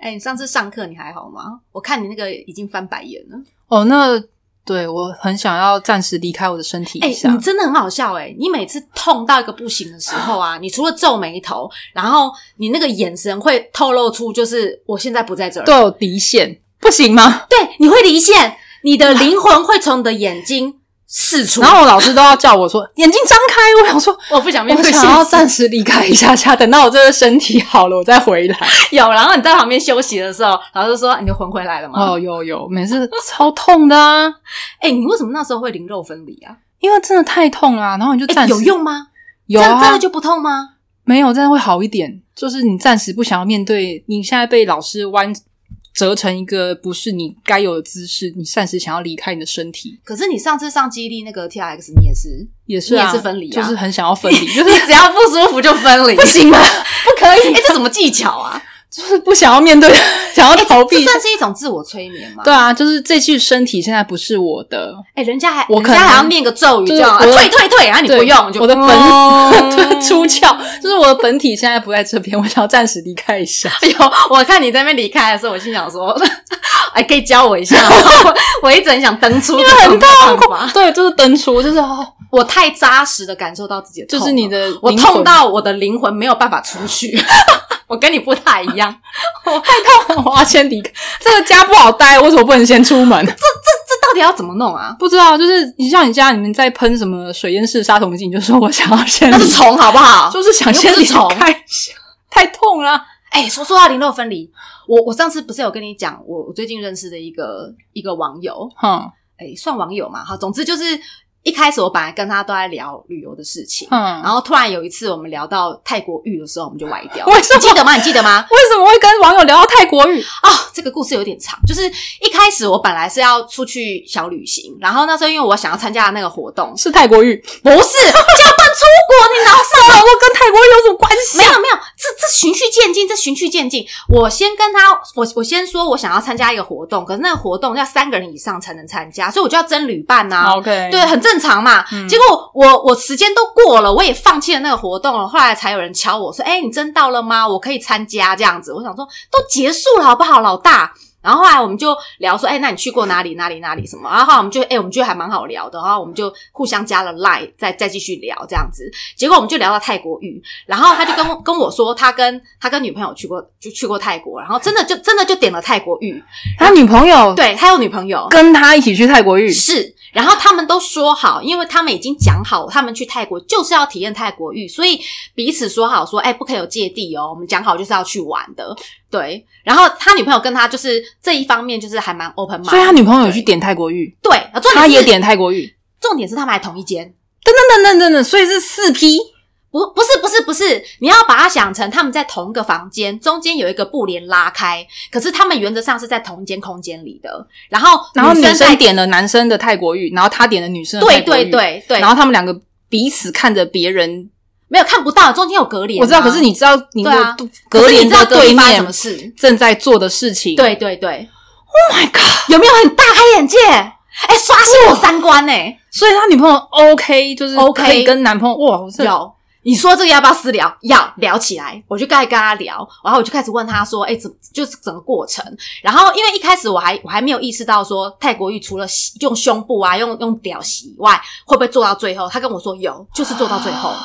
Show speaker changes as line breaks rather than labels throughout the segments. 哎你上次上课你还好吗？我看你那个已经翻白眼了。
哦，那对我很想要暂时离开我的身体
哎、
一下。
你真的很好笑哎、你每次痛到一个不行的时候啊，你除了皱眉头，然后你那个眼神会透露出就是我现在不在这儿，
都有底线，不行吗？
对，你会离线，你的灵魂会从你的眼睛释出。
然后我老师都要叫我说眼睛张开，我想说
我不想面
我
对现
想要
实。
暂时离开一下下，等到我这个身体好了，我再回来。
有，然后你在旁边休息的时候，老师说你的魂回来了吗？
哦，有有，每次超痛的啊，
哎、你为什么那时候会灵肉分离啊？
因为真的太痛啦、然后你就
哎、
暂时、
有用吗？
有
这样真
啊
的，就不痛吗？
没有这样会好一点，就是你暂时不想要面对，你现在被老师弯折成一个不是你该有的姿势，你暂时想要离开你的身体，
可是你上次上肌力那个 T R X，你也是，
也是啊，
你也是分离啊
就是很想要分离， 就
你
是
只要不舒服就分离，
不行 吗？不可以
哎、，这什么技巧啊？
就是不想要面对， 想要逃避
哎这。算是一种自我催眠吗？
对啊，就是这具身体现在不是我的，
哎、人家还
我
人
可能
家还要念个咒语，
就
这
是
样、啊、
我的
退退退，然后你不
对
用，你就
我的 本
哦
出窍，就是我的本体现在不在这边，我想要暂时离开一下。
有， 我看你在那边离开的时候，我心想说， 哎，可以教我一下 吗？我我一直很想登出，因为很痛苦。
对，就是登出，就是哦，
我太扎实的感受到自己的痛
就
了，
是你的灵
我
魂，
痛到我的灵魂没有办法出 去。我跟你不太一样，
我要先离开这个家不好待，为什么不能先出门？
这到底要怎么弄啊？
不知道，就是你像你家里面在喷什么水淹式杀虫剂，你就说我想要先离，
那是虫啊好不好？
就是想先离开一下，太痛了。
哎、说说到零肉分离，我我上次不是有跟你讲，我我最近认识的一个一个网友，
哼
哎、算网友嘛哈，总之就是一开始我本来跟他都在聊旅游的事情，然
哼，
后突然有一次我们聊到泰国浴的时候，我们就歪掉。
为什么
你记得吗？你记得吗？
为什么会跟网友聊到泰国语？
哦，这个故事有点长。就是一开始我本来是要出去小旅行，然后那时候因为我想要参加那个活动，
是泰国语？
不是交换出国，你脑
上来我跟泰国语有什么关系
没有没有，这这循序渐进，这循序渐进。我先跟他，我我先说我想要参加一个活动，可是那个活动要三个人以上才能参加，所以我就要争旅伴啊呐、
？OK，
对，，很正常嘛。
嗯
结果我我时间都过了，我也放弃了那个活动了。后来才有人敲我说：“哎、你真到了吗？我可以参加这样子。”我想说，都结束了好不好，老大？然后后来我们就聊说：“哎、那你去过哪里？哪里哪里什么？”然后后来我们就哎、我们觉得还蛮好聊的。然后我们就互相加了 line，再再继续聊这样子。结果我们就聊到泰国语，然后他就跟我跟我说，他跟他跟女朋友去过就去过泰国，然后真的就真的就点了泰国语。
他女朋友
对他有女朋友，
跟他一起去泰国浴，
是，然后他们都说好，因为他们已经讲好，他们去泰国就是要体验泰国浴，所以彼此说好说，哎、不可以有芥蒂哦，我们讲好就是要去玩的，对。然后他女朋友跟他就是这一方面就是还蛮 open mind，
所以他女朋友有去点泰国浴，
对，啊重点
他
是
也，点泰国浴，
重点是他们还同一间。
等等等等等等，所以是四 P。
不，不是，不是，不是，你要把它想成他们在同一个房间，中间有一个布帘拉开，可是他们原则上是在同一间空间里的。然后，
然后女
在
生，点了男生的泰国浴，然后他点了女生的泰
对
国浴
对，对对，
然后他们两个彼此看着别人，
没有看不到，中间有隔帘啊、
我知道，可是你知道你
对啊
的隔
可是
帘
你知道
的
隔
对
壁发生什
面
么事？
正在做的事情，
对对对，
，Oh my god！
有没有很大开眼界？哎、刷新我三观呢、
所以他女朋友 OK，就是
OK
可以跟男朋友哇，我是
有，你说这个要不要私聊？要聊起来，我就开始跟他聊，然后我就开始问他说：“哎、怎就是整个过程？”然后因为一开始我还我还没有意识到说泰国浴除了洗用胸部啊用用屌洗以外，会不会做到最后？他跟我说有，就是做到最后，
哦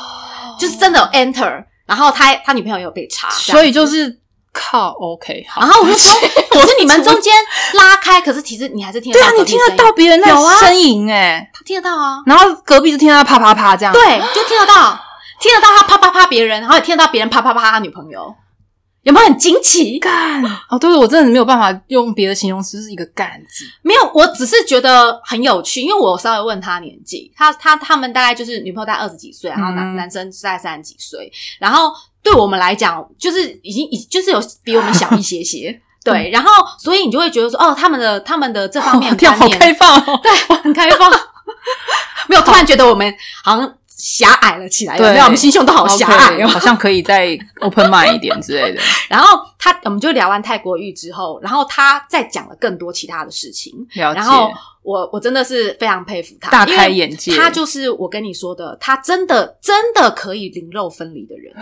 就是真的有 enter。然后他他女朋友也有被查，这样
所以就是靠 OK 好。
然后我就 说，可是你们中间拉开，可是其实你还是听得
对
到
啊，
隔
你
壁
听得
声音
到别人在
有啊
呻吟哎，
听得到啊，
然后隔壁就听到他啪啪啪这 样，，
对，就听得到，听得到他啪啪啪别人，然后也听得到别人啪啪啪他女朋友，有没有很惊奇？
干哦，对，我真的没有办法用别的形容词，就是一个干字。
没有，我只是觉得很有趣，因为我稍微问他年纪，他他他们大概就是女朋友大概二十几岁，然后男、
嗯
男生大概三十几岁，然后对我们来讲，就是已经已就是有比我们小一些 些。对，然后所以你就会觉得说，哦，他们的他们的这方面
嗯哦
的
天啊，
观
好
念
开放 哦！
对，我很开放。没有，突然觉得我们好像狭隘了起来，有没
对
有？我们心胸都好狭隘
OK，
哦。
好像可以再 open mind 一点之类的。
然后他我们就聊完泰国浴之后，然后他再讲了更多其他的事情。
了解
然， 后我我真的是非常佩服他，
大开眼界
因为他就是我跟你说的，他真的真的可以灵肉分离的 人，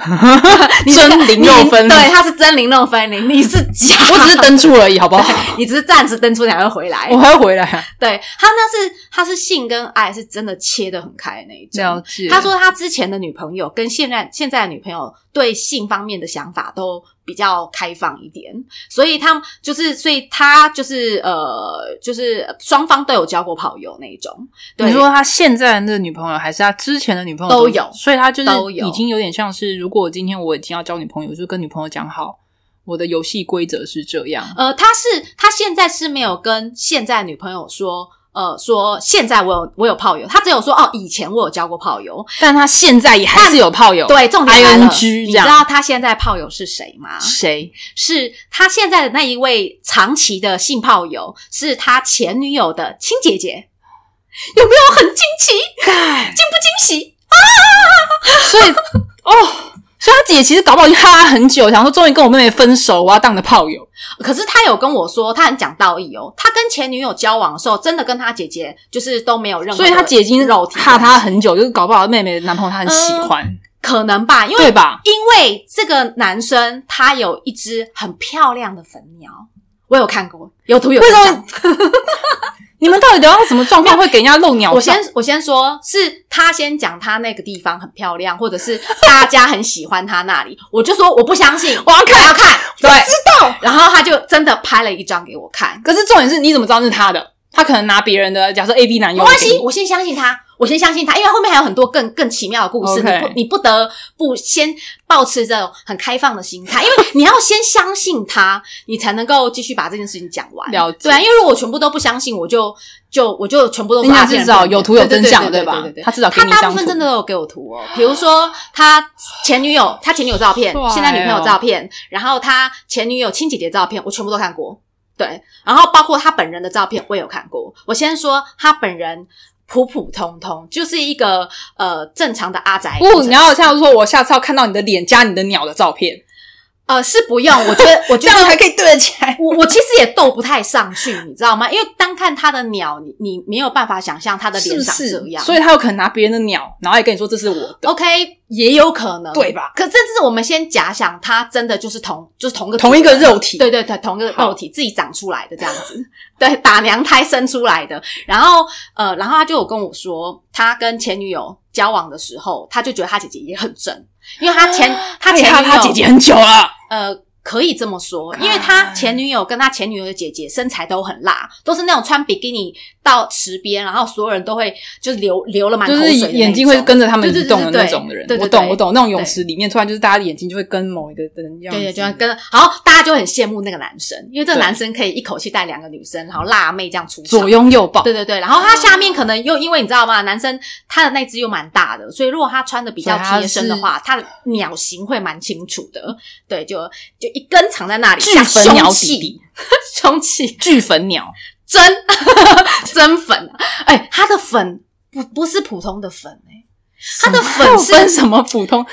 真灵肉分离，
对，他是真灵肉分离，你是假，
我只是登出而已，好不好？
你只是暂时登出，然后回来
我。还要回来啊，
对他那是他是性跟爱是真的切的很开的那一种。
了解。
他说他之前的女朋友跟现在现在的女朋友对性方面的想法都比较开放一点，所以他就是所以他就是呃就是双方都有交过炮友那一种。对，
你说他现在的女朋友还是他之前的女朋友
都有
所以他就是
都有
已经有点像是，如果我今天我已经要交女朋友，我就跟女朋友讲好，我的游戏规则是这样。
呃，他是他现在是没有跟现在女朋友说。呃，说现在我有我有炮友，他只有说哦，以前我有交过炮友。
但他现在也还是有炮友，
对，重点来了
ING
你
这
知
样
道他现在炮友是谁吗？
谁？
是他现在的那一位长期的性炮友，是他前女友的亲姐姐。有没有很惊奇？惊不惊喜？
所以 哦，所以他姐其实搞不好就哈拉很久，想说终于跟我妹妹分手，我要当你的炮友。
可是他有跟我说，他很讲道义哦。他跟前女友交往的时候，真的跟他姐姐就是都没有任何
所
的
以
肉体关
他
系，
姐已经哈他很久，就是搞不好妹妹的男朋友他很喜欢，
可能吧，因为
对吧？
因为这个男生他有一只很漂亮的粉鸟，我有看过，有图有
为
真
什
相
么。你们到底聊到什么状况会给人家露鸟照？
我先我先说，是他先讲他那个地方很漂亮，或者是大家很喜欢他那里， 我就说我不相信，
我要看
我要看，
对
我知道。然后他就真的拍了一张给我看，
可是重点是，你怎么知道那是他的？他可能拿别人的，假设 A B 男
没
友
关系
给，你
我先相信他，我先相信他，因为后面还有很多更更奇妙的故事
OK
你不你不得不先保持这种很开放的心 态，因为你要先相信他，你才能够继续把这件事情讲完。
了解
对啊，因为如果我全部都不相信，我就就我就全部都
人家
发
至
现
少有图有真相，
对
吧
对对对？
他至少给
他
你一
大
张
部
图
分，真的都有给我图哦，比如说他前女友，他前女友照片
帅哦，
现在女朋友照片，然后他前女友亲姐姐照片，我全部都看过。对，然后包括他本人的照片，我也有看过。我先说他本人普普通通，就是一个呃正常的阿宅。
哦不，你要像说，我下次要看到你的脸加你的鸟的照片，
呃是不用，我觉 得我觉
这样
得。
才可以对得起来。
我我其实也斗不太上去，你知道吗？因为单看他的鸟，你你没有办法想象他的
是
脸
不
长
是
这样，？嗯
所以他有可能拿别人的鸟，然后也跟你说这是我的，
OK，也有可能，
对吧？
可甚至我们先假想，他真的就是同就是同个
同一个肉体
对对对，同一个肉体自己长出来的这样子， 对，打娘胎生出来的。然后呃，然后他就有跟我说，他跟前女友交往的时候，他就觉得他姐姐也很正，因为他前 他前
哎他
女友
他姐啊姐很久了，
呃。可以这么说，因为他前女友跟他前女友的姐姐身材都很辣，都是那种穿比基尼到池边，然后所有人都会就是流流了满口
就
水的
是
那种，
眼睛会跟着他们
对
移
对
动的
对
那种的人
对。对
我
对
懂，我懂，那种泳池里面突然就是大家的眼睛就会跟某一个人这样子，
对对，就要跟，然后大家就很羡慕那个男生，因为这个
对
男生可以一口气带两个女生，然后辣妹这样出场
左。拥右抱，
对对对，然后他下面可能又因为你知道吗，男生他的那只又蛮大的，所以如果他穿的比较贴身的话，他的鸟型会蛮清楚的。对，就就一根藏在那里，
巨
像
粉鸟
凶
弟
器，
弟，
凶器
巨粉鸟，
真真粉啊。哎、他的粉不不是普通的粉哎、他的粉是
嗯分什么普通？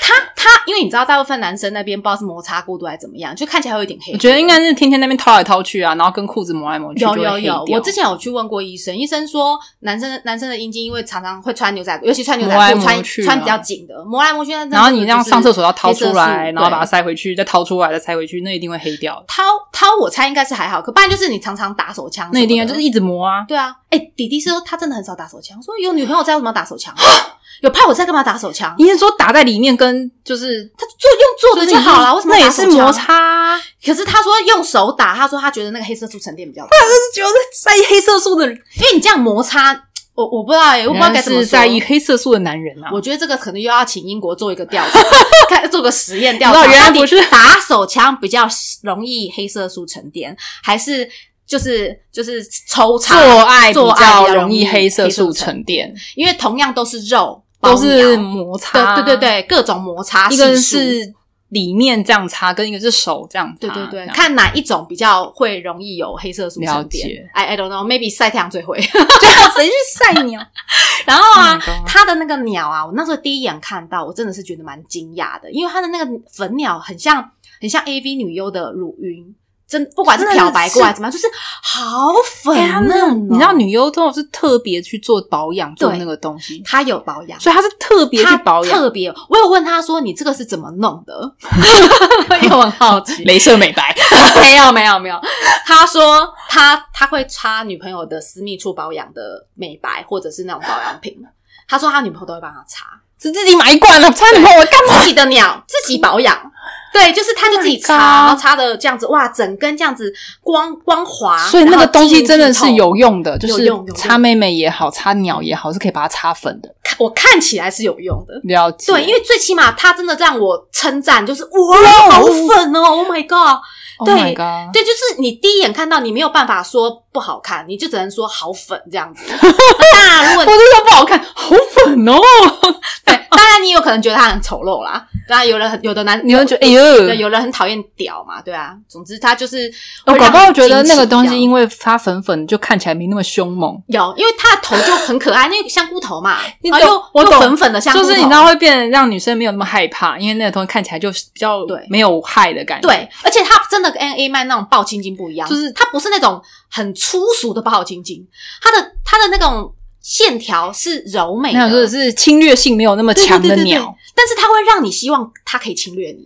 他他因为你知道大部分男生那边不知道是摩擦过度还是怎么样，就看起来会有一点黑。
我觉得应。该是天天那边掏来掏去啊，然后跟裤子磨来磨去就
有
会
有
黑掉，
有，我之前有去问过医生，医生说男生男生的阴茎因为常常会穿牛仔裤，尤其穿牛仔
磨来
裤
磨
穿
去啊
穿比较紧的，磨来磨去。那真的
然后你那样
就是
上厕所要掏出
黑色
来，
素
然后把它
对
塞回去，再掏出来，再塞回去，那一定会黑掉的。
掏掏，我猜应该是还好，可不然就是你常常打手枪什么的，
那一定啊，就是一直磨啊。
对啊。哎，弟弟是说他真的很少打手枪，说有女朋友在为什么要打手枪？有怕我在干嘛打手枪？
你是说打在里面跟就是
他做用做的就好了，为什么要
那也
打手
是
枪
摩？擦啊，
可
就
是他说用手打，他说他觉得那个黑色素沉淀比较多，
是觉得在意黑色素的人，
因为你这样摩擦，我我不知道哎，我不知道该怎么
是
说。
在意黑色素的男人啊。
我觉得这个可能又要请英国做一个调 查，看做个实验调
你
查，
知道原来
到底
不是
打手枪比较容易黑色素沉淀，还是就是就是抽插
做爱比
做爱
较
比较
容易黑色
色
素
沉
沉淀，
因为同样都是肉，
都
包
是
尿
摩擦。啊
对对对，对，各种摩擦
一
系数，
个是里面这样擦，跟一个是手这样擦。
对对对
这，样
看哪一种比较会容易有黑色素
了
沉
解
淀。I I don't know, maybe 晒太阳最会。
谁去晒鸟？
然后啊
Oh my，God
它的那个鸟啊，我那时候第一眼看到，我真的是觉得蛮惊讶的，因为它的那个粉鸟很像很像 AV 女优的乳晕，真不管是
真的
漂白过来
是
怎么样，就是好粉
哎他们
嫩、哦
你知道女优都是特别去做保养，做
对
那个东西，
她有保养。
所以她是特别去
她
保养，
特别，我有问她说：“你这个是怎么弄的？” 因为我很好奇，
镭射美白，
没有没有没有，他说他他会擦女朋友的私密处保养的美白或者是那种保养品，他说他女朋友都会帮他擦，
是自己买一 罐了，差女朋友我干嘛？
自己的 鸟自己保养。 对，就是他就自己擦
Oh my god
然后擦的这样子，哇，整根这样子光光滑，
所以那个东西真的
然
是
后晶莹
有用的，就
有
是
用有用
擦妹妹也好，擦鸟也好，是可以把它擦粉的。
剔透，我看起来是有用的。
了解，
对，因为最起码他真的让我称赞，就是哇，
哇
好
哦
粉哦，Oh my god！
Oh
对
my god
对，就是你第一眼看到，你没有办法说不好看，你就只能说好粉这 样子。当然，如果
我真的不好看，好粉哦！
对，当然你有可能觉得他很丑陋啦。当然，有人很有的男，
你会觉得哎
对，
呦，
有人很讨厌屌嘛，对啊。总之，他就是
我
会
哦搞
让
不好
你
觉得
惊
那个
喜
东
这
西，
样
因为擦粉粉就看起来没那么凶猛，
有，因为他的头就很可爱，那个香菇头嘛，
你
然后
懂
又
我
又
懂
粉粉的香菇
就
头，
是你知道会变得让女生没有那么害怕，因为那个东西看起来就比较
对
没有害的感觉。，
对，而且它真的跟 A 曼那种爆青筋不一样，
就是
它不是那种很粗俗的爆青筋，它的它的那种线条是柔美
那
的，
种就
对
是侵略性没有那么强的
对对对
鸟。
但是它会让你希望它可以侵略你，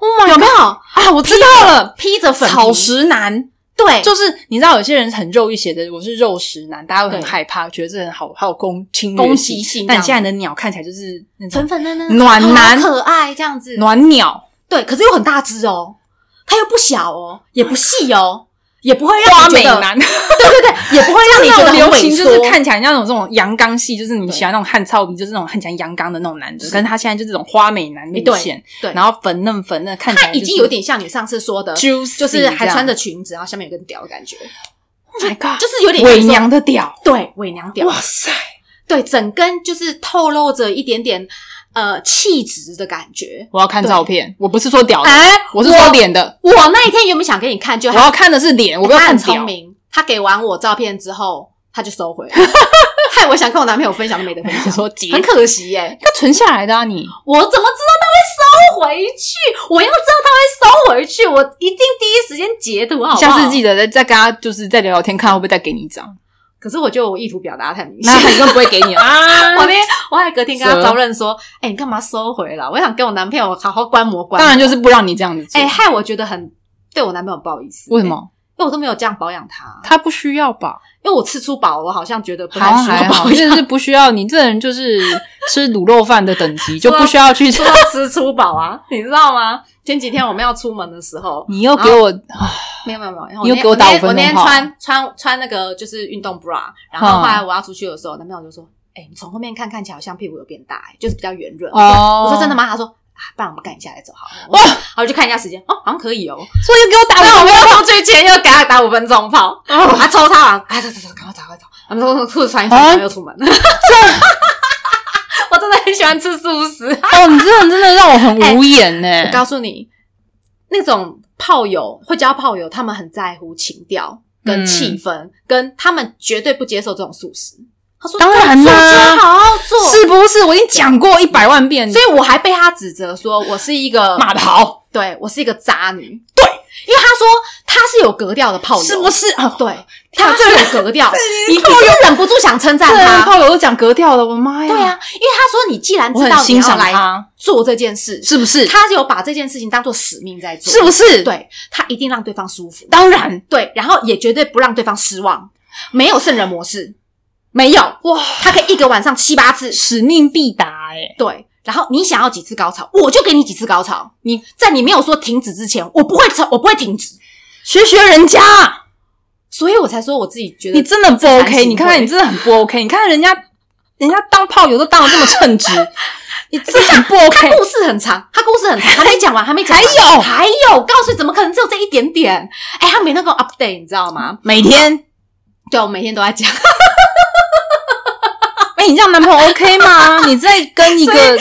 Oh
有没有？
啊，我知道 了，
披着粉皮
草食男
对，
就是你知道有些人很肉一些的，我是肉食男，大家会很
对
害怕，觉得这人好好有攻侵略
攻击性这
但
样
你现在的鸟看起来就是那种
粉粉嫩嫩的
暖
好
男
可爱这样子，
暖鸟、
对，可是又很大只哦，它又不小哦，也不细哦，也不会让
花
你
美
觉得，
男，
对对 对，也不会让你觉得
那种
很
流
萎
行就是
缩
看起来像那种这种阳刚系，就是你
对
喜欢那种汉操鼻，就是那种很像阳刚的那种男的，但是他现在就是这种花美男路线，
哎对对
然后粉嫩粉嫩，看起来
它
就是
已经有点像你上次说的，就
juicy，
是还穿着
这
裙子，然后下面有根屌的感觉，
样，Oh my God，
就是有点
伪
像说
娘的屌，
对伪娘屌
哇，塞，
对，整根就是透露着一点点呃气质的感觉。
我要看
对
照片，我不是说屌的，
哎，
哦我是说脸的，
我那一天原本想给你看，就
我要看的是脸，我不要
他
看
很
屌
聪。 明，他给完我照片之后，他就收回了，害我想跟我男朋友分享都没得分
你
享，
说结
很可惜耶、
他存下来的啊，你
我怎么知道他会收回去？我要知道他会收回去，我一定第一时间截图好不好？
下次记得再再跟他就是再聊聊天，看会不会再给你一张。
可是我觉得我意图表达太明
那
显。
肯定不会给你啊
我那天我还隔天跟他
蛇
招认说：“ 哎、你干嘛收回了？我想跟我男朋友好好观摩观摩。”
当然就是不让你这样子做
哎、。害我觉得很对我男朋友不好意思、哎
为什？么？
因为我都没有这样保养他，
他不需要吧？
因为我吃出饱，我好像觉得不
哎好
太
像
需要
还
保
好，
养。
就是不需要你这人就是吃卤肉饭的等级，就不需要去。
说到吃出饱啊，你知道吗？前几天我们要出门的时候，
你又给我啊
没有没有没有，然后
你又
我那
给我打
我那
五分钟
我那天
哈
穿穿穿那个就是运动 bra，然后后来我要出去的时候，男朋友就说：“哎、你从后面看看起来好像屁股有变大、哎就是比较圆润。
哦！
我说：“真的？吗？”他说：“啊，不然我们看一下再走好了。”
哇
哇，然后我就看一下时间，哦，好像可 以哦。
所以又给我打
但
五
哦我
分
们
钟。
要出去前又给他打五分钟 炮，他抽他完，哎，走走走，赶快走，赶快走，我们从裤子穿一穿，
啊
然后又出门。 我真的很喜欢吃素食，我
哦，你这人真的让我很无言呢。欸
告诉你，那种炮友会交炮友，他们很在乎情调
嗯
跟气氛，跟他们绝对不接受这种素食。他说：“
当然啦
这种素食好好做。”
是不是？我已经讲过一百万遍，
所以我还被他指责说我是一个
骂的好，
对我是一个渣女。对，因为他说他是有格调的炮友，
是不是？啊，
对，他最有格调，你你是忍不住想称赞
这人
他。
啊炮友都讲格调了，我的妈呀！
对啊，因为他说你既然
我
知
很
道你
欣
要
赏
来
他，
做这件事，
是不是？
他有把这件事情当做使命在做，
是不是？，
对他一定让对方舒服，
当然
对，然后也绝对不让对方失望，没有圣人模式，没有
哇，
他可以一个晚上七八次，
使命必达哎、
对。然后你想要几次高潮，我就给你几次高潮。
你
在你没有说停止之前，我不会停，我不会停止，
学学人家，
所以我才说我自己觉得
你真的不
自惭
OK，
形
你看看
秽
你真的很不 OK，你看看人家，人家当炮友都当的这么称 职，你真的很不 OK。
故事很长，他故事很长，还没讲完，还没讲完。
还有
还有，告诉你，怎么可能只有这一点点？哎、他每天跟我 update，你知道吗？
每天，
对，我每天都在讲， 你
哎、你这样男朋友 OK 吗？你在跟一个，
每次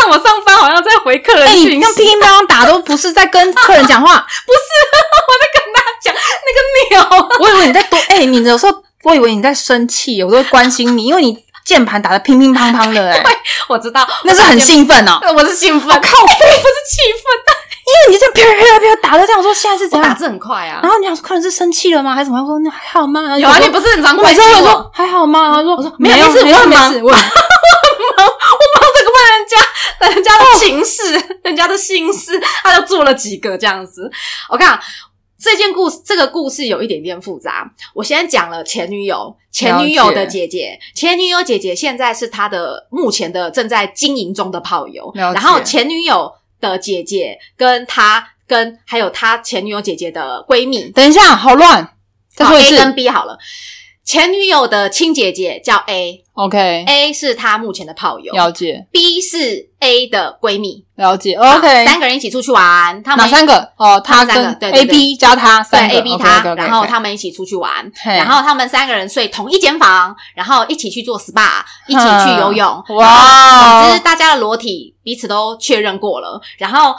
看我上班，好像在回客人
哎、
讯息，
你像
跟
乒乒乓乓打都不是在跟客人讲话，
他讲 那个鸟，
我以为你在多，哎、你有时候我以为你在生气，我都会关心你，因为你键盘打的乒乒 乓乓的、哎，
我知道，
那是很兴奋哦、
我是兴奋，
靠
我不是气愤，
为你这样啪啪啪啪打的这样，我说现在是怎
我 打
样？
字很快啊
然。后你想说客人是生气了吗？还是怎么样？我说那还好吗？
有啊，你不是很常
我
关
每次
心
都会
我
说？还好吗？他说我说
没有
有
没事
没
我
事
很
没
忙
事，我
我帮这个问人家人家的情事、人家的心事，他就做了几个这样子。我看啊这件故事，这个故事有一点点复杂。我先讲了前女友，前女友的姐姐，前女友姐姐现在是她的目前的正在经营中的炮友，
了解
然后前女友的姐姐跟她跟还有她前女友姐姐的闺蜜，
等一下，好乱，再
好
说一
A 跟
次。
B 好了。前女友的亲姐姐叫 A，A
OK，
是她目前的炮友，
了解
B 是 A 的闺蜜
了解
好
，OK，
三个人一起出去玩，他们
哪三个？哦，
他
他
们三
跟
个对对
A B 加他
对
三个
A、B
他，
他，然后他们一起出去玩，
嘿，
然后他们三个人睡同一间房，然后一起去做 SPA，一起去游泳，
嗯哇
总之大家的裸体彼此都确认过了，然 后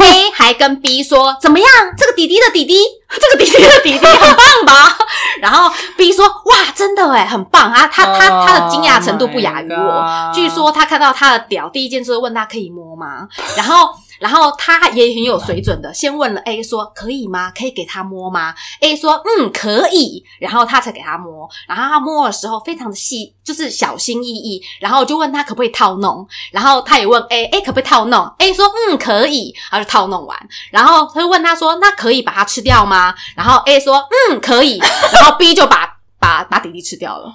A 还跟 B 说怎么样，这个弟弟的弟弟，这个弟弟的弟弟很棒吧？ 然后 B 说哇，真的哎，很棒啊，他他他的惊讶程度不亚于
Oh
我。
my god
据说他看到他的屌，第一件事问他可以摸吗？ 然后，然后他也很有水准的，先问了 A 说可以吗？可以给他摸吗？A 说嗯可以，然后他才给他摸。然后他摸的时候非常的细，就是小心翼翼。然后就问他可不可以套弄，然后他也问 A，A 可不可以套弄？A 说嗯可以，然后就套弄完。然后他就问他说那可以把它吃掉吗？然后 A 说嗯可以，然后 B 就把把把弟弟吃掉了。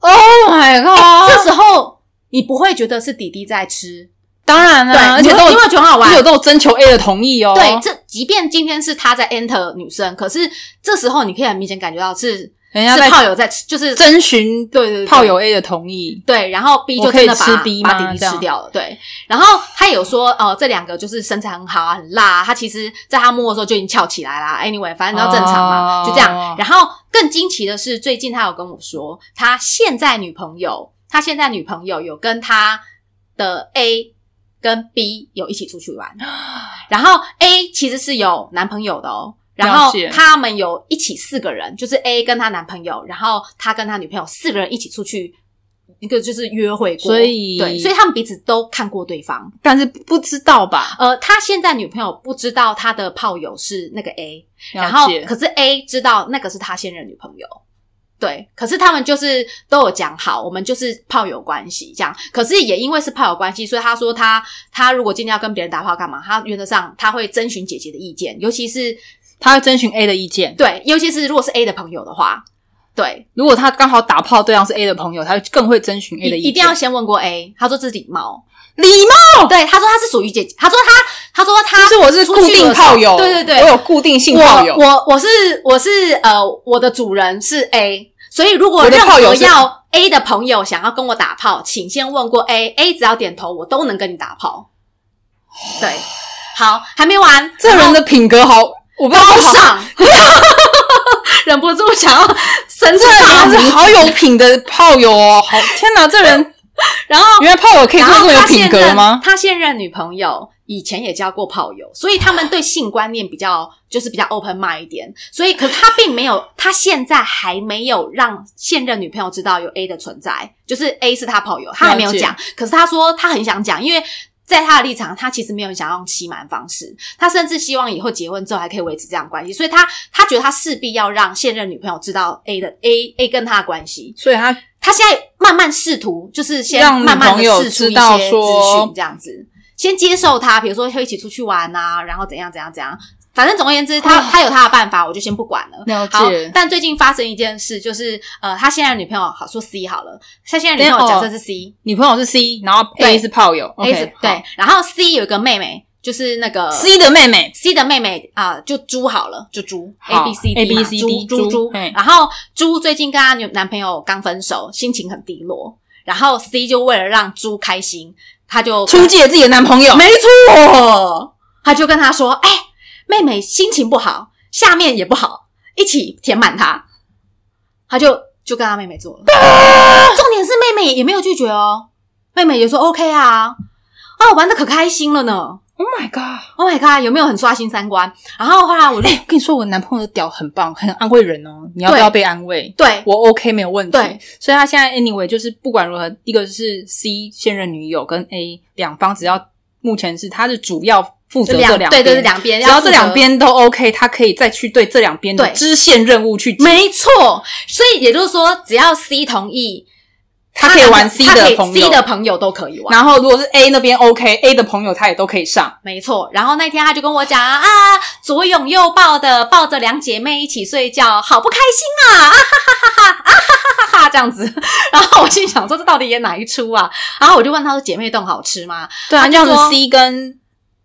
，Oh my
这
god，
时候你不会觉得是弟弟在吃，嗯
当然啊
对，
啦，而且
你
都
会
有
你会觉得很好玩哦
而且。都有征求 A 的同意哦，
对，这即便今天是他在 enter 女生，可是这时候你可以很明显感觉到是
人家
是
在
炮友在吃，就是
征询
对对对
炮友 A 的同意，
对，然后 B
我
就
可以
真的把
吃 B
把
吗
弟弟
这样
吃掉了。对，然后他有说，呃，这两个就是身材很好啊，很辣、啊，他其实在他摸的时候就已经翘起来啦。Anyway，反正都正常嘛，
哦
就这样。然后更惊奇的是，最近他有跟我说，他现在女朋友，他现在女朋友有跟他的 A 跟 B 有一起出去玩，然后 A 其实是有男朋友的哦。然后
了解
他们有一起四个人，就是 A 跟她男朋友，然后她跟她女朋友四个人一起出去，一个就是约会过，
所以
对，所以他们彼此都看过对方。
但是不知道吧？
呃，他现在女朋友不知道他的炮友是那个 A，然
了
后
解
可是 A 知道那个是他现任女朋友，对，可是他们就是都有讲好，我们就是炮友关系这样。可是也因为是炮友关系，所以他说他他如果今天要跟别人打炮干嘛，他原则上他会征询姐姐的意见，尤其是
他会征询 A 的意见，
对，尤其是如果是 A 的朋友的话，对，
如果他刚好打炮对象是 A 的朋友，他更会征询 A 的意
一
见，
一定要先问过 A，他说这是礼貌，
礼貌。
对，他说他是属于姐姐，他说他他说他
是我是
出
固
去
定
的时候
炮友，
对对对，
我有固定性炮
我
友，
我我是我是呃，我的主人是 A，所以如果
我的
任
炮友
何
是
要 A 的朋友想要跟我打炮，请先问过 A，A 只要点头，我都能跟你打炮。对，好，还没完，
这人的品格好，我不知道
高尚， 忍不住想要神
这人
到
是好有品的炮友哦，好天哪，这 人
然后
原来炮友可以
然
这
后
么有
他
品
现
格
任
吗？
他现任女朋友以前也交过炮友，所以他们对性观念比较就是比较 open mind 一点。所以，可是他并没有，他现在还没有让现任女朋友知道有 A 的存在，就是 A 是他炮友，他还没有讲。可是他说他很想讲，因为。在他的立场，他其实没有想要用欺瞒方式，他甚至希望以后结婚之后还可以维持这样的关系，所以他他觉得他势必要让现任女朋友知道 A 的 A A 跟他的关系，
所以他
他现在慢慢试图，就是先
让女
慢慢
朋
的
友
试出一
知道
些资
说
讯，这样子，先接受他，比如说会一起出去玩啊，然后怎样怎样怎样，反正总而言之，他
哦
他有他的办法，我就先不管了。
了
好，但最近发生一件事，就是呃，他现在的女朋友好说 C 好了，他现在的女朋友
等一
假
下
设是 C，A
女朋友是 C，然后
对
A 是炮友，OK，
是
好
对，然后 C 有一个妹妹，就是那个
C 的妹妹
C 的妹妹啊、就猪好了，就猪 A
好
B C D
A B
嘛
C
猪
D，
猪
猪
猪
嘿。
然后猪最近跟她女男朋友刚分手，心情很低落。然后 C 就为了让猪开心，他就
出借自己的男朋友，
没错，他就跟她说：“哎、妹妹心情不好，下面也不好，一起填满她。”他就就跟他妹妹做了。
啊
重点是妹妹也没有拒绝哦，妹妹也说 OK 啊，啊，玩的可开心了呢。
，Oh my god！
Oh my god，有没有很刷新三观？然后后来我就、
哎，我跟你说，我男朋友的屌很棒，很安慰人哦，你要不
对
要被安慰？
对
我 OK 没有问题。
对，
所以他现在 anyway 就是不管如何，一个是 C 现任女友跟 A 两方，只要目前是他的主要负责
就
这
两
两
对对对
边
两边，
只要这
负责
两边都 OK，他可以再去对这两边的
对
支线任务去解。
没错，所以也就是说，只要 C 同意，
他可以玩 C
他可以
的朋
C
友
的朋友都可以玩。
然后如果是 A 那边 OK，A 的朋友他也都可以上。
没错，然后那天他就跟我讲啊，啊左拥右抱的抱着两姐妹一起睡觉，好不开心啊！啊哈哈哈哈，啊哈哈哈哈，这样子。然后我心想说，这到底演哪一出啊？然后我就问他说，姐妹洞好吃吗？
对
他
啊，
就
这样子
说
C 跟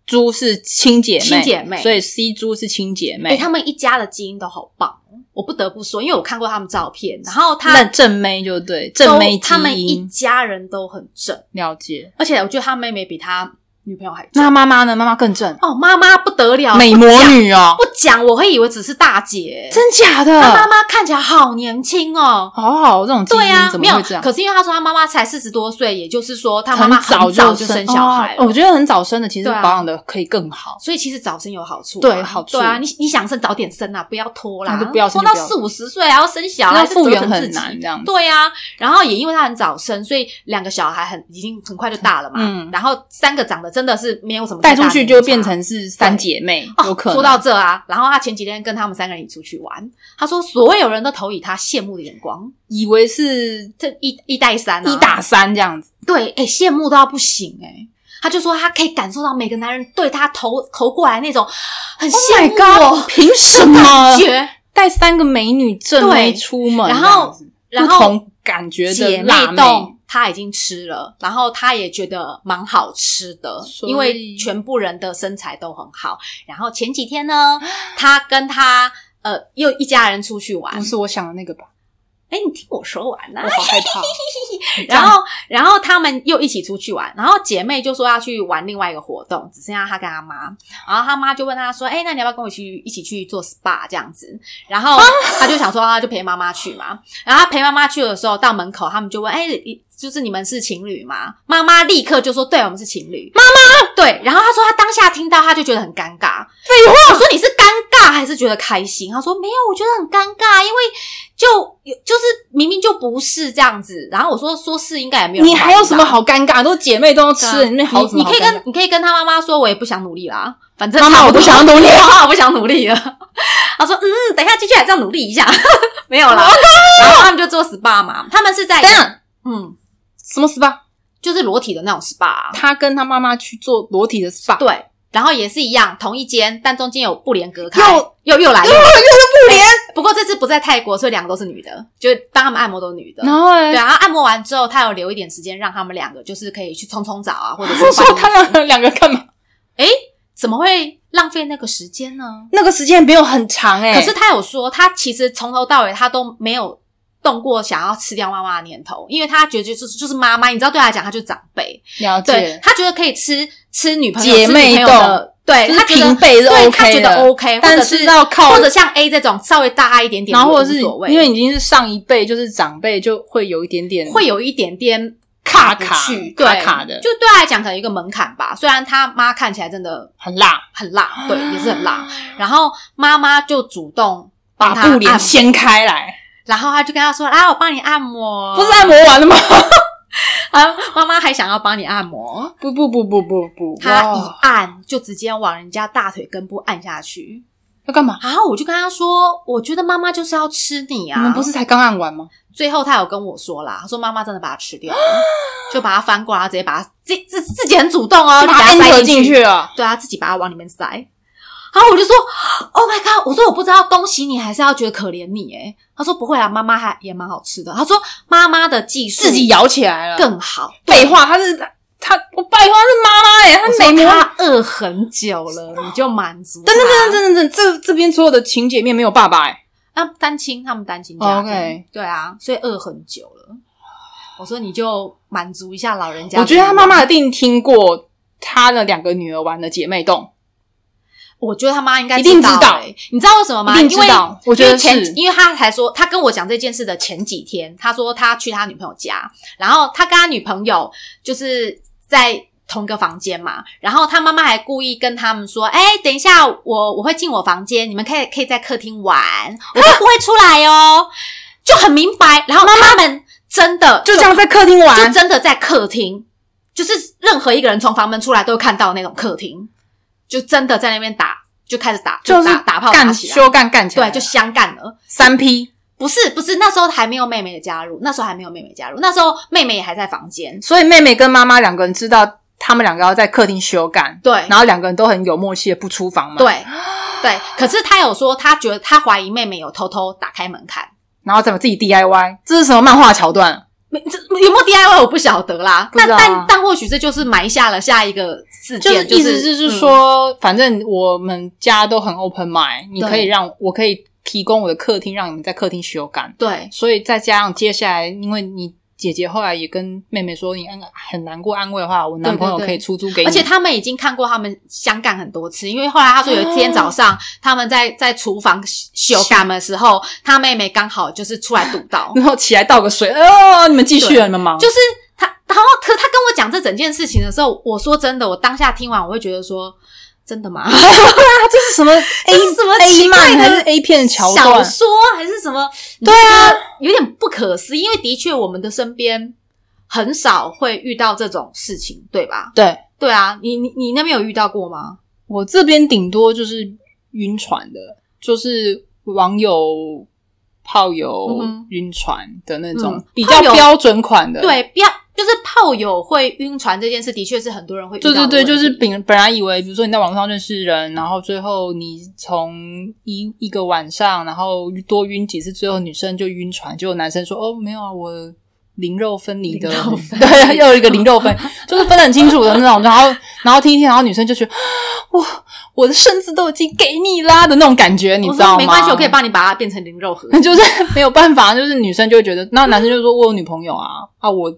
猪是亲姐妹，
亲姐妹
所以 C 猪是亲姐
哎、
妹。
他们一家的基因都好棒，我不得不说，因为我看过他们照片，然后他
那正妹就对，正
都
妹基
他们一
因
家人都很正，
了解。
而且我觉得他妹妹比他女朋友还
那
正。
妈妈呢？妈妈更正，
哦，妈妈不得了，
美
不
魔
讲
女哦，
不讲，我会以为只是大姐。
真假的？
她妈妈看起来好年轻哦。
好好，这种基
对
因
啊，
怎
没
么
有
会这。样？
可是因为她说她妈妈才四十多岁，也就是说她妈
很
妈
早
早
就
生小孩了
哦我觉得很早生的其实
对啊
保养的可以更好。
所以其实早生有好处啊，
对好处
对啊，你你想生早点生啊，不要拖啦，
那就不要生
拖到
就不要
四五十岁还要生小孩，
那
还是
复原
折腾
很
自己
难这样子
对啊，然后也因为她很早生，所以两个小孩很已经很快就大了嘛，
嗯
然后三个长得真的是没有什么
带
太大
出去
年
就
纪
变
差
成是三姐妹，
哦
有可能。
说到这啊，然后他前几天跟他们三个人一起出去玩，他说所有人都投以他羡慕的眼光，
以为是
这一一带三啊，
一打三这样子，
对，哎、羡慕到不行哎、诶他就说他可以感受到每个男人对他投投过来那种很
Oh
羡
my
慕我
god！凭什
的
么
感觉，
带三个美女正妹
对
出门？
然后
这样子
然
不
后
同感觉
姐妹
的辣妹，
洞他已经吃了，然后他也觉得蛮好吃的，
所以
因为全部人的身材都很好。然后前几天呢，他跟他呃又一家人出去玩，
不是我想的那个吧？
哎、你听我说完呐、
我啊好害怕。
然后，然后他们又一起出去玩，然后姐妹就说要去玩另外一个活动，只剩下她跟她妈。然后她妈就问她说：“哎、那你要不要跟我去一起去做 SPA 这样子？”然后她就想说，啊就陪妈妈去嘛。然后她陪妈妈去的时候，到门口他们就问：“哎、就是你们是情侣吗？”妈妈立刻就说：“对，我们是情侣。”妈妈对，然后她说她当下听到，她就觉得很尴尬。
废话，
我说你是尴尬还是觉得开心？他说没有，我觉得很尴尬，因为就有就是明明就不是这样子。然后我说说是应该也没有人
你
怀疑吧，
还有什么好尴尬？都姐妹都
对啊？
吃了，你那好什
你你
么好
可以
尴
跟你可以跟他妈妈说，我也不想努力啦，反正
妈妈
差不多
我不想努力啊
妈啊妈我不想努力了。他说嗯，等一下继续还是要努力一下，没有啦。然后他们就做 SPA 嘛，他们是在
哦等一下
嗯，
什么 SPA？
就是裸体的那种 SPA 啊、
他跟他妈妈去做裸体的 SPA，
对。然后也是一样，同一间，但中间有布帘隔开，
又
又又来了，哎
不连。
不过这次不在泰国，所以两个都是女的，就是帮他们按摩都是女的。
然后欸
对，然后按摩完之后，他有留一点时间让他们两个就是可以去冲冲澡啊，或者 是
我说他们两个干嘛？
怎么会浪费那个时间呢？
那个时间没有很长哎、
可是他有说，他其实从头到尾他都没有动过想要吃掉妈妈的念头，因为他觉得就是就是妈妈，你知道对他来讲，他就是长辈，
了
对
解，
他觉得可以吃吃女朋友
姐妹
吃女朋友的，对
就是
他觉得
平辈是
对
OK
他觉
的
得 OK，或
但
者
是要靠
或者像 A 这种稍微大一点点，
然后或
我
者
无
是
所谓，
因为已经是上一辈，就是长辈就会有一点点
会有一点点
卡
不
卡
去
卡
对
卡的
就对他来讲可能有一个门槛吧。虽然他妈看起来真的
很辣，
很辣，对，也是很辣。然后妈妈就主动帮
把
他
布帘
按
掀开来，
然后他就跟他说：“来，我帮你按摩。”
不是按摩完了吗？
啊，妈妈还想要帮你按摩，
不不不不不不，
他一
哇
按就直接往人家大腿根部按下去。
要干嘛？
然后我就跟他说：“我觉得妈妈就是要吃你
你
啊，
们不是才刚按完吗？
最后他有跟我说啦，他说妈妈真的把它吃掉了， 就把它翻过来，然后直接把它自自自己很主动哦，
就
就
把
把
它
它
enter
塞
进去嗯
去，
了，
对啊，自己把它往里面塞。然后我就说，Oh my god！我说我不知道恭喜你，还是要觉得可怜你诶他说不会啦，啊妈妈还也蛮好吃的。他说妈妈的技术
自己摇起来了。
更好，
废话，他是他，我拜托他是妈妈哎，他
我
美
说
魔。
他饿很久了，你就满足他。
等等等等等等，这这边所有的情姐妹没有爸爸哎，
那单亲他们单亲家庭
哦 OK
对啊，所以饿很久了。我说你就满足一下老人家。
我觉得他妈妈一定听过他的两个女儿玩的姐妹
哦
洞，
我觉得他妈应该
一定知道
欸你知道为什么吗？
一定
因为
知道我觉得
因为前
是
因为他才说，他跟我讲这件事的前几天，他说他去他女朋友家，然后他跟他女朋友就是在同一个房间嘛，然后他妈妈还故意跟他们说：“哎、等一下我我会进我房间，你们可以可以在客厅玩，我都不会出来哦。”就很明白，然后他们真的
就这样在客厅
就
玩，
真的在客厅，就是任何一个人从房门出来都会看到那种客厅。就真的在那边打，就开始打，
就是
打打炮打
干
起来，
修干干起
对，
来了，
就相干了。
三 P。
不是不是，那时候还没有妹妹的加入，那时候还没有妹妹加入，那时候妹妹也还在房间。
所以妹妹跟妈妈两个人知道他们两个要在客厅修干，
对
然后两个人都很有默契的不出房门，，
对对，可是他有说，他觉得他怀疑妹妹有偷偷打开门看，
然后怎么自己 DIY，这是什么漫画桥段？
没这有没有 DIY 我不晓得啦。
不知道啊
但但但或许这就是埋下了下一个事
就是
件，
意思就是
嗯
说，反正我们家都很 open mind，你
对
可以让我可以提供我的客厅，让你们在客厅修干。
对
所以再加上接下来，因为你姐姐后来也跟妹妹说，你安很难过安慰的话，我男朋友
对对对
可以出租给你，
而且他们已经看过他们相干很多次，因为后来他说有一天早
哦，
上、他们在在厨房修干的时候，他妹妹刚好就是出来堵到
然后起来倒个水，哦，你们继续
对
了，你们忙，
就是他，然后可是他跟我讲这整件事情的时候，我说真的，我当下听完我会觉得说，真的 吗？
啊这是什么 A
这是什么
A
奇怪
漫
的
还是 A 片桥
小
段？
说还是什么？
对啊，
有点不可思议，因为的确我们的身边很少会遇到这种事情，对吧？
对
对啊，你你你那边有遇到过吗？
我这边顶多就是晕船的，就是网友。炮友
嗯哼
晕船的那种、
嗯
比较
炮友
标准款的，
对，不要就是炮友会晕船这件事，的确是很多人会遇到
对
的
对
问题。
对，就是本本来以为，比如说你在网上认识人，然后最后你从一一个晚上，然后多晕几次，最后女生就晕船，结果男生说哦没有啊，我灵肉分离的
零肉，分离
对，又有一个灵肉分，就是分得很清楚的那种，然后然后听一听，然后女生就觉得哇，我的身子都已经给你啦的那种感觉，你
我
知道
说
吗？
没关系，我可以帮你把它变成零肉盒。
就是没有办法，就是女生就会觉得，那男生就说我有女朋友啊，啊我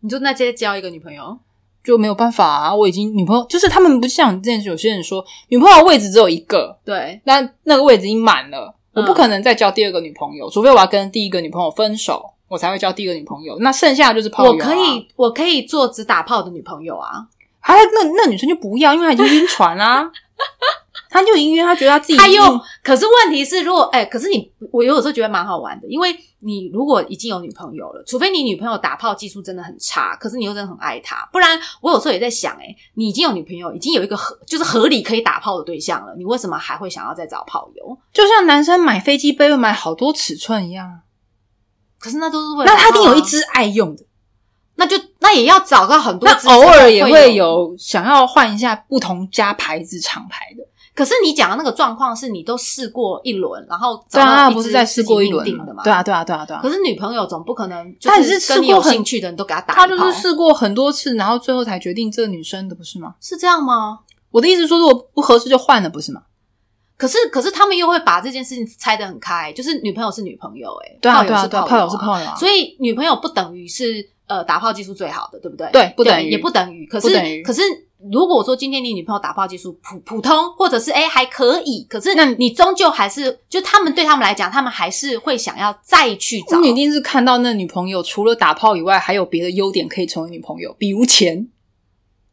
你就那直接交一个女朋友，
就没有办法啊！我已经女朋友就是他们不像之前有些人说，女朋友的位置只有一个，
对，
那那个位置已经满了，我
嗯
不可能再交第二个女朋友，除非我要跟第一个女朋友分手，我才会交第二个女朋友。那剩下的就是炮友、啊
我可，以我可以做只打炮的女朋友啊。
还那那女生就不要，因为她已经晕船啦、 她就已经晕，她觉得她自己
他又
晕
可是问题是，如果哎、可是你我有时候觉得蛮好玩的，因为你如果已经有女朋友了，除非你女朋友打炮技术真的很差，可是你又真的很爱她，不然我有时候也在想、哎，你已经有女朋友，已经有一个合就是合理可以打炮的对象了，你为什么还会想要再找炮友？
就像男生买飞机杯会买好多尺寸一样，
可是那都是为了、啊
那他一定有一，只爱用的，
那就那也要找到很多
那
只，
偶尔也
会
会。有想要换一下不同家牌子厂牌的。
可是你讲的那个状况是你都试过一轮，然后找
对
到一
啊，
只
不是在试过一轮
自己命定的嘛？
对啊，对啊，对啊，对啊
可。是女朋友总不可能，
但
是
是试
跟你
过
有
很
兴趣的人都给她打一炮，
他就是试过很多次，然后最后才决定这个女生的，不是吗？
是这样吗？
我的意思是说，如果不合适就换了，不是吗？
可是可是他们又会把这件事情拆得很开，就是女朋友是女朋友、欸，哎，
对
炮
啊，
友
对啊，
是
对啊，
炮
炮
友
友
啊
是炮友啊，
所以女朋友不等于是呃打炮技术最好的，对不对？
对不等于
也不等于。可
不等于
是可是如果说今天你女朋友打炮技术普普通，或者是哎、还可以，可是
那
你终究还是就他们对他们来讲，他们还是会想要再去找。
你一定是看到那女朋友除了打炮以外，还有别的优点可以成为女朋友，比如钱。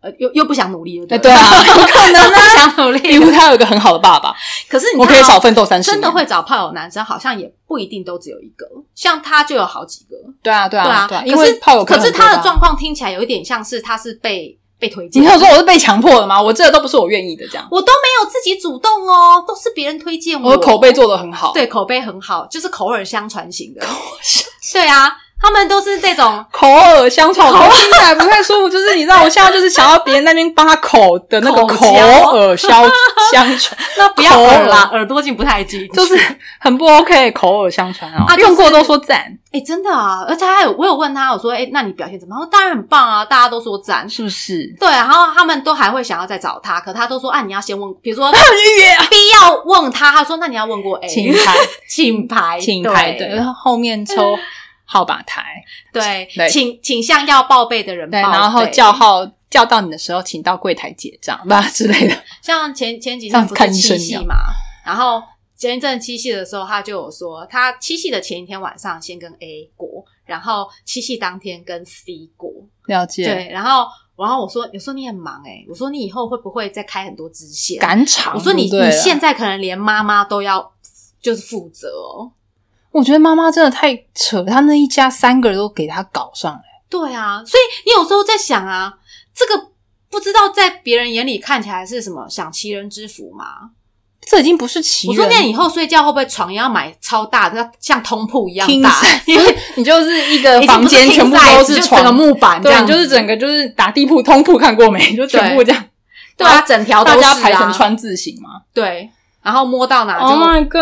呃又又不想努力了，对
哎，
不
对 啊， 有可能啊。
不想努
比
力
如
了。
他有个很好的爸爸，
可 是你
我
看
可以
哦
少奋斗三十
真
年。
的会找炮友男生，好像也不一定都只有一个，像他就有好几个。
对啊，
对
对
啊
啊，对啊，，因
可是
为炮友
可是
能很多
他的
吧
状。况听起来有一点像是他是被被推荐
你
的，
有说我是被强迫的吗？我这都不是我愿意的，这样。
我都没有自己主动哦，都是别人推荐
我的口碑做的很好，，
对口碑很好，就是口耳相传型的。对啊，他们都是这种
口耳相传，我听起来不太舒服。就是你知道，我现在就是想要别人那边帮他口的那个
口
口
交
耳相相传，
那不要耳啦，耳朵进不太进去，
就是很不 OK。口耳相传哦
啊就是
用过都说赞，
哎、真的啊，而且还有我有问他，我说哎、那你表现怎么样？他说当然很棒啊，大家都说赞。
是不是？
对，然后他们都还会想要再找他，可他都说啊，你要先问，比如说
预约啊，
必要问他，他说那你要问过 A，
请排，
请排，
请排
对
队，然后后面抽号码牌，
对
对，
请请向要报备的人
哦对，
报备
然后叫号叫到你的时候，请到柜台结账吧之类 的。
像前前几
像
天不
看
是
医生
七
一
夕
样
嘛，然后前一阵七夕的时候，他就有说，他七夕的前一天晚上先跟 A 过，然后七夕当天跟 C 过，
了解，
对，然后然后我说，我说你很忙哎、我说你以后会不会再开很多支线？
赶场。
我说你
对不啊对
你现，在可能连妈妈都要就是负责哦。
我觉得妈妈真的太扯，她那一家三个人都给她搞上来。
对啊，所以你有时候在想啊，这个不知道在别人眼里看起来是什么享其人之福吗？
这已经不是奇
我
人。
说那以后睡觉会不会床也要买超大的，像通铺一样
king
大？
size，因为你就是一个
已经不是
房间
king
全部都
size，
是
就
床
整个木板这
对，
样
你
子，
就是整个就是打地铺通铺看过没？就全部这样，
对啊，整条都
大
是、啊、
家排成川字形嘛。，Oh
对，然后摸到哪就
哦 god！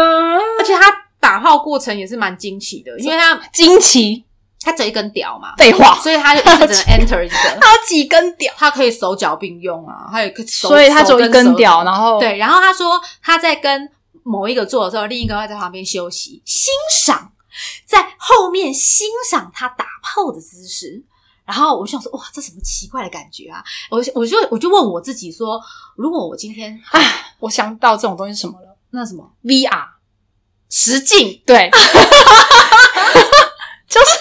而且他打炮过程也是蛮惊奇的，因为他
惊奇，
他只有一根屌嘛，
废话，
所以他就一直 只能 enter 一个，
他几根屌，
他可以手脚并用啊，还有一个手，
所以他只有一根屌，
呢。
然后，
对，然后他说他在跟某一个做的时候，另一个会在旁边休息欣赏，在后面欣赏他打炮的姿势。然后我就想说，哇，这什么奇怪的感觉啊！我我就我就问我自己说，如果我今天
唉，我想到这种东西是什么了
那什么
？VR，
实境
对，就是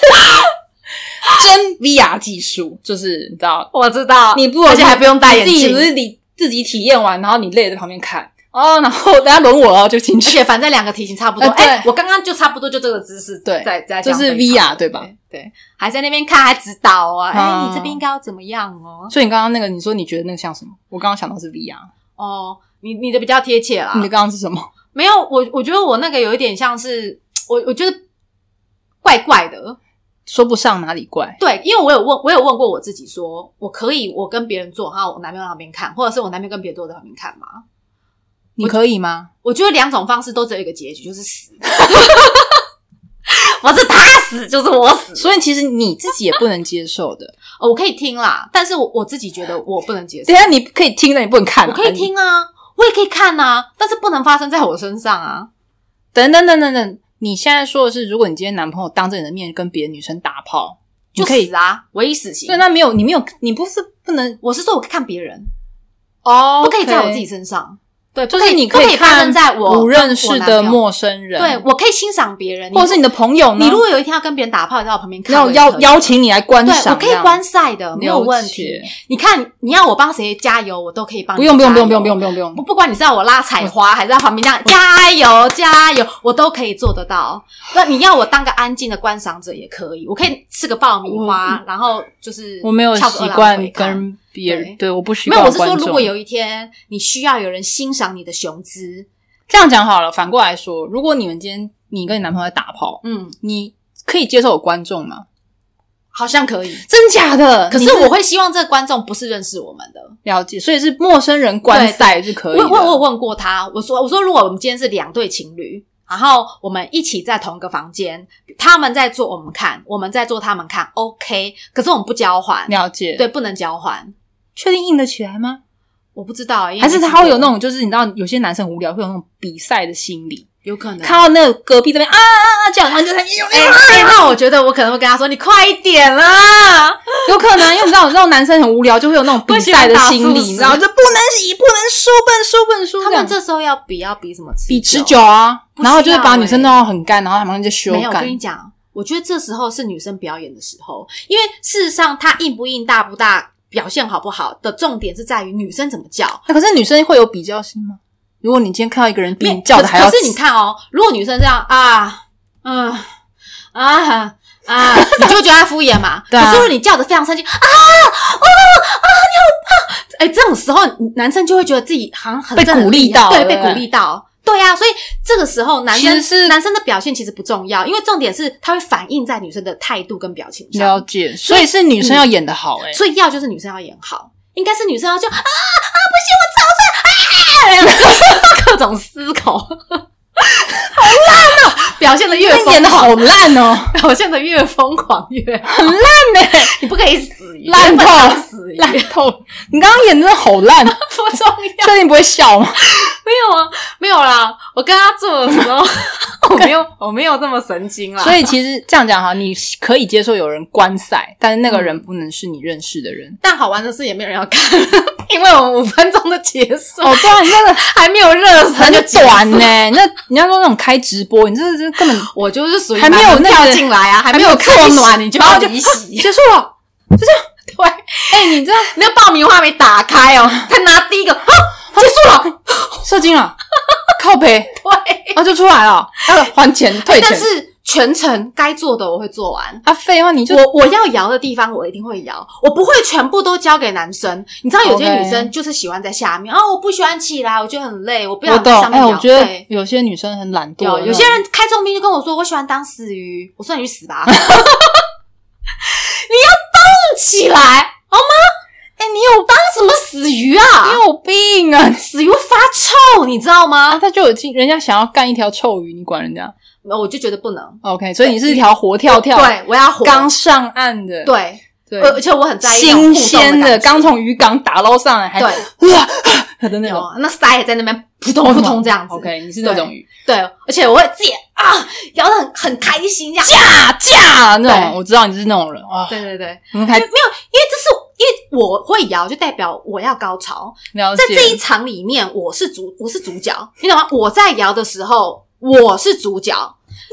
真 VR 技术，就是你知道，
我知道
你
你
不
啊而且还不用戴眼
自己
镜
不，是你自己体验完，然后你累在旁边看哦，然后等下轮我了就进
而
去，
且反正两个体型差不多。
呃对
哎、我刚刚就差不多就这个姿势，
对
在在
就
这
是
样被操
VR 对吧？对，
还在那边看，还指导啊，哎、
啊
你这边应该要怎么样哦？
所以你刚刚那个你说你觉得那个像什么？我刚刚想到是 VR，
哦，你你的比较贴切啦
你，的刚刚是什么？
没有我，我觉得我那个有一点像是我，我觉得怪怪的。
说不上哪里怪，
对，因为我有问，我有问过我自己说，我可以我跟别人做，然后我男朋友在旁边看，或者是我男朋友跟别人坐在旁边看吗？
你可以吗？
我觉得两种方式都只有一个结局，就是死。 不是他死，就是我死。
所以其实你自己也不能接受的。
哦我可以听啦，但是我我自己觉得我不能接受
等。一下你可以听的，你不能看、
我可以。听啊，我也可以看啊，但是不能发生在我身上啊。
等等等等等，你现在说的是，如果你今天男朋友当着你的面跟别的女生打炮，
就
你可以。
死啊，唯一死刑
所以。那没有，你没有，你不是不能
我是说，我可以看别人，
哦
不可以在我自己身上。对，
就
不可
是
以
你
不可以发
看
生在我
不认识
跟我
的
男朋友
陌生人，
对，我可以欣赏别人，
或者是你的朋友呢？
你如果有一天要跟别人打炮，你在我旁边看，
要
我也
邀
可以
邀请你来观
对，
赏，
我可以观赛的，
赏，
没有问
了
题
解。。
你看，你要我帮谁加油，我都可以帮你
不用不用不
加油
用不用不用嗯不用不用
不，不管你是要我拉彩花，还是在旁边这样加油加油，我都可以做得到。那你要我当个安静的观赏者也可以，我可以吃个爆米花，然后就是
我没有
翘个
习
二郎腿
惯
看
跟别人，
对
对，我不习
没
惯
有，我
观
是
众。
说，如果有一天你需要有人欣赏你的雄姿，
这样讲好了，反过来说，如果你们今天你跟你男朋友在打炮，
嗯，
你可以接受有观众吗？
好像可以。
真假的？
可
你
是我会希望这个观众不是认识我们的。
了解，所以是陌生人观赛是可以的。
我我我有问过他，我说我说，如果我们今天是两对情侣，然后我们一起在同一个房间，他们在做我们看，我们在做他们看，OK。可是我们不交换，
了解，，
对，不能交换。
确定硬得起来吗？
我不知道，因为
还是
没
他会有
试
那
过
种，就是你知道，有些男生很无聊会有那种比赛的心理，
有可能。
看到那个隔壁这边啊啊啊这样，然后你就在
哎、哎那我觉得我可能会跟他说：“你快一点啦！”
有可能，因为你知道，你知道男生很无聊，就会有那种比赛的心理，
会选打
你知道，
是不
就不能赢，不能输，不能输，不能输。
他
样
们这时候要比要比什么？
比持久啊，
不需要欸
然后就会把女生弄到很干，然后他们就羞
没有，我跟
感
你。讲，我觉得这时候是女生表演的时候，因为事实上她硬不硬、大不大、表现好不好的重点是在于女生怎么叫。
欸那可是女生会有比较心吗？如果你今天看到一个人比
没
你叫的还要，
可是可是你，看哦，如果女生这样啊，嗯啊啊， 你就会觉得她敷衍嘛。
对啊
可是如果你叫的非常生气啊啊啊，你好棒！哎，这种时候男生就会觉得自己好像很
被
正很
鼓励
厉害
到
对，
对
被
不对
鼓励到。对呀、啊，所以这个时候男
其
生
实是
男生的表现其实不重要，因为重点是他会反映在女生的态度跟表情上。
了解，所以是女生要演的好哎、
嗯所以要就是女生要演好，应该是女生要就啊啊不行，我超帅啊，各种嘶吼，好烂哦！表现的越
那
疯
演的
狂，
好烂哦，
表现的越疯狂越好
烂哎、
你不可以死鱼，
烂透
不能死鱼，
烂透！你刚刚演的真的好 烂，
不重要。
确定不会笑 吗？
没有啊，没有啦，我跟他做的时 候，我没有，我没有这么神经啦。
所以其实这样讲哈，你可以接受有人观赛，但是那个人不能是你认识的 人。
但好玩的是也没有人要看， 因为我们五分钟的结束，
哦，对啊，你那 个
还没有热身
很
就结束
短呢、那你要说那种开直播，你这这根本
我就是属于
还没有那个
跳进来啊，还没有
还
做
没有开
暖
始
你就
然
要
后就
离席。
结束了。
对， 哎、你这那个爆米花没打开哦，他拿第一个，啊，结束了。
射精了，靠背， 啊
对，
哎 然后就出来了，要还钱退钱。
但是全程该做的我会做完，
啊，废话，你就
我我要摇的地方，我一定会摇，我不会全部都交给男生。你知道有些
OK
女生就是喜欢在下面，啊，我不喜欢起来，我觉得很累，我不
我
想在
懂。
上
哎、
面摇。
我觉得
对
有些女生很懒惰
有
的那种，
有些人开重兵就跟我说，我喜欢当死鱼，我说你去死吧，你要动起来好吗？哎、你有当什么死鱼
你
啊？
有病啊！
死鱼会发臭，你知道
啊，
吗？
他就有经人家想要干一条臭鱼，你管人家哦
我就觉得不能，
？OK，所以你是一条活跳跳，，
对我要火
刚上岸的，
对，
对，
而而且我很在意那种
新
互动
鲜
的
的，
感觉，
刚从渔港打捞上来，还
对。
哇 的那种，哦
有，那鳃也在那边扑通扑通这样子。
OK，你是那种鱼，
对，而且我会自己啊，摇的很很开心这样。
啊架那种，
对
我知道你是那种人啊。
对对对，
我们还
因为这是因为我会摇，就代表我要高潮。
了
在
解
这一场里面，我是主我是主角，你懂吗？我在摇的时候，我是主角。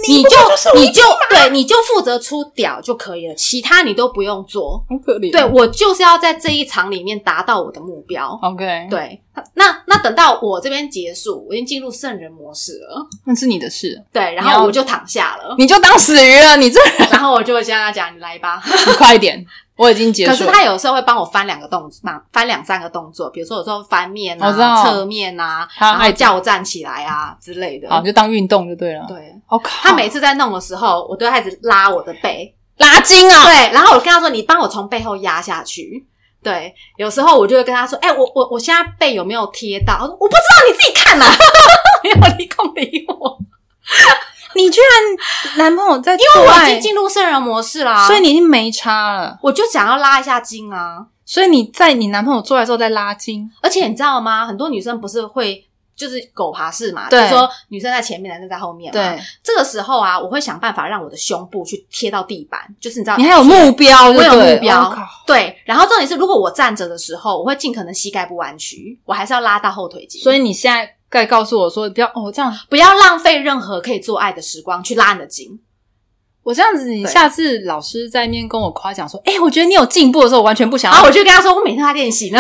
你就你就
啊
对，你就负责出屌就可以了，其他你都不用做。
好可怜。
对我就是要在这一场里面达到我的目标。
，OK，，
对，那那等到我这边结束，我已经进入圣人模式了。
那是你的事，
对，然
你要
后我就躺下 了，
你就当死鱼了，你这
然后我就会跟他讲：“你来吧。
你快一点，我已经”结
可
束
是
了。
他有时候会帮我翻两个动作，翻两三个动作，比如说有时候翻面
我知道
啊、侧面啊，
他
然后
爱
叫我站起来啊之类的。
好，就当运动就对了。
对，
我靠，
他每次在弄的时候，我都开始拉我的背，
拉筋 啊，
对，然后我跟他说：“你帮我从背后压下去。”对，有时候我就会跟他说：“哎、我我我现在背有没有贴到？”他说：“我不知道，你自己看呐、 没有理空理我，
你居然男朋友在因
因为我已经进入圣人模式啦，
所以你已经没差了，
我就想要拉一下筋啊。
所以你在你男朋友做来之后再拉筋，
而且你知道吗？很多女生不是会就是狗爬式嘛，就
对
是说女生在前面，男生在后面嘛。，这个时候啊，我会想办法让我的胸部去贴到地板，就是你知道，
你还有目标
我
就对
有
了，
目标
我靠
对。然后重点是，如果我站着的时候，我会尽可能膝盖不弯曲，我还是要拉到后腿筋，
所以你现在该告诉我说，不要哦这样，
不要浪费任何可以做爱的时光去拉你的筋。
我这样子，你
对
下次老师在面跟我夸奖说，哎、我觉得你有进步的时候，我完全不想
然
要。
后我就跟他说，我每天都在练习呢。